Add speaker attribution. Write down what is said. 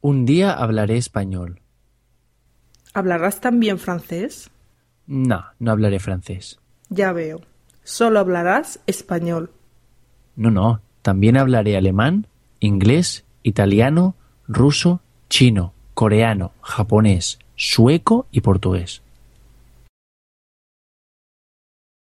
Speaker 1: Un día hablaré español.
Speaker 2: ¿Hablarás también francés?
Speaker 1: No, no hablaré francés.
Speaker 2: Ya veo. Solo hablarás español.
Speaker 1: No, no, también hablaré alemán, inglés, italiano, ruso, chino, coreano, japonés, sueco y portugués.